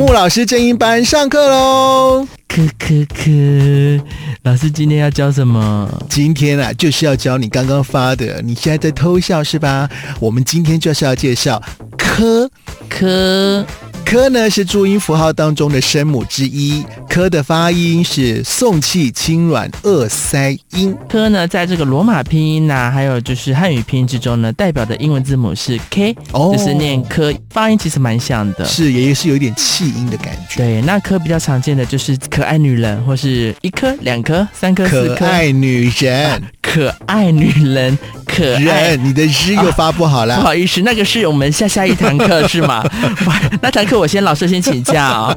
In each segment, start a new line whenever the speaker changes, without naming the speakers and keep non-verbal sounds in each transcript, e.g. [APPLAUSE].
物老师正音班上课喽！
科科科，老师今天要教什么？
今天啊，就是要教你刚刚发的，你现在在偷笑是吧？我们今天就是要介绍科
科
科呢是注音符号当中的声母之一，科的发音是送气轻软腭塞音。
科呢，在这个罗马拼音呐、还有就是汉语拼音之中呢，代表的英文字母是 K，、
哦
就是念科，发音其实蛮像的。
是也是有一点气音的感觉。
对，那科比较常见的就是可爱女人，或是一颗、两颗、三颗、四
可
颗。
爱女 [LAUGHS] 人，
可爱女人，可爱。
人，你的日又发不好
不
[LAUGHS] 啦。
好意思，那个是我们下下一堂课是吗？ [LAUGHS] 哇那堂课我先老师先请假哦。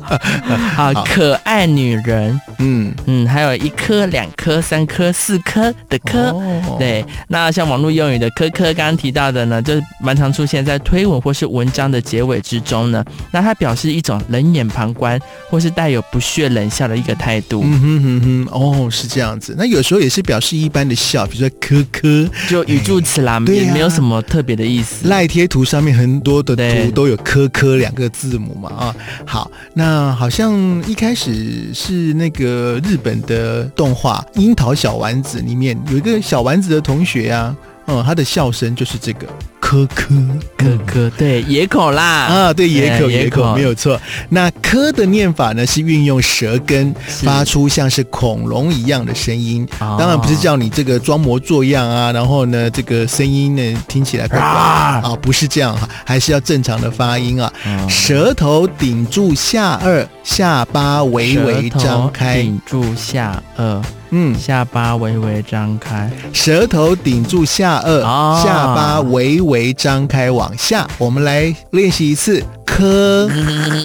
好，
好
可爱女人，
嗯，
嗯，还有一颗、两颗、三颗、四颗的颗。
哦，
对，那像网络用语的科科，刚刚提到的呢，就是蛮常出现在推文或是文章的结尾之中呢。那它表示一种冷眼旁观，或是带有不屑冷笑的一个态度，
嗯哼哼哼，哦，是这样子。那有时候也是表示一般的笑，比如说科科，
就语助词啦，
对呀
也没有什么特别的意思。
赖贴图上面很多的
对
图都有“科科”两个字母嘛啊。好，那好像一开始是那个日本的动画《樱桃小丸子》里面有一个小丸子的同学啊，嗯，他的笑声就是这个“科科
科科，对，野口啦，
啊，对，野口
对野
野口
口
没有错。那“科”的念法呢是运用舌根
是
发出像是恐龙一样的声音，
哦
当然不是叫你这个装模作样啊，然后呢这个声音呢听起来怪怪的
啊，
啊，不是这样哈，还是要正常的发音啊。
嗯
舌头顶住下颚，下巴微微张
舌头
开。
顶住下颚，
嗯，
下巴微微张开。
舌头顶住下颚，
啊
下巴微微张开往下。我们来练习一次。咳，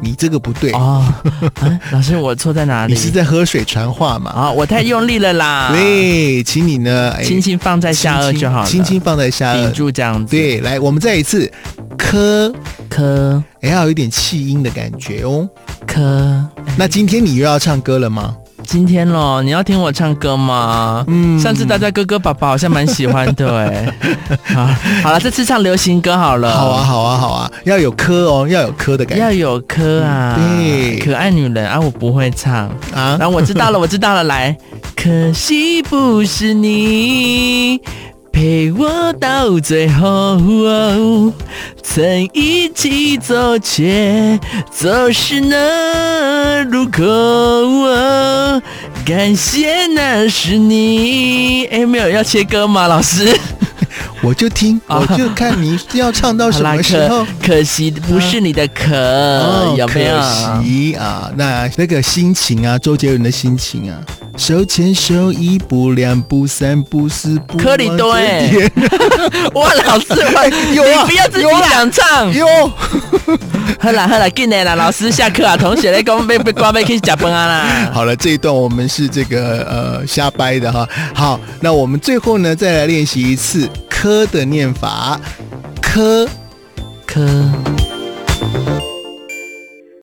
你这个不对，
哦，啊老师，我错在哪里？
你是在喝水传话嘛？
啊，我太用力了啦。，
[LAUGHS] 对，请你呢，哎
轻轻放在下颚就好了，
轻轻放在下
顶
颚。
住这样子。，
对，来，我们再一次。咳，
磕
哎，要有一点气音的感觉哦。
磕。
那今天你又要唱歌了吗？
今天咯，你要听我唱歌吗？
嗯
上次大家哥哥爸爸好像蛮喜欢的
[LAUGHS]
哎、好，好了，这次唱流行歌好了。
好啊，，好啊，好啊，要有科哦，要有科的感
要有歌啊，
嗯对
可爱女人啊，我不会唱。
觉啊
[LAUGHS] 然。后我知道了，我知道了，来，可惜不是你陪我到最后，哦曾一起走，却走失那路口。哦感谢那是你。哎，没有要切歌吗，老师？
我就听，
啊
我就看你要唱到 [LAUGHS]
好
什
啦，
么时候
可。可惜不是你的可，
哦
有没有？
可惜啊，那那个心情啊，周杰伦的心情啊，手牵手，一步两步三步四步，
科里多
往
哎
前点
哇，老师，
哎 [LAUGHS] 有啊
你不要自己
有啊
想唱。
哟，
好啦好啦，进来啦，老师下课啊，同学咧讲被被关被去食饭啊
[LAUGHS]
啦。
好了，这一段我们是这个呃瞎掰的哈。好，那我们最后呢，再来练习一次科的念法，科。
科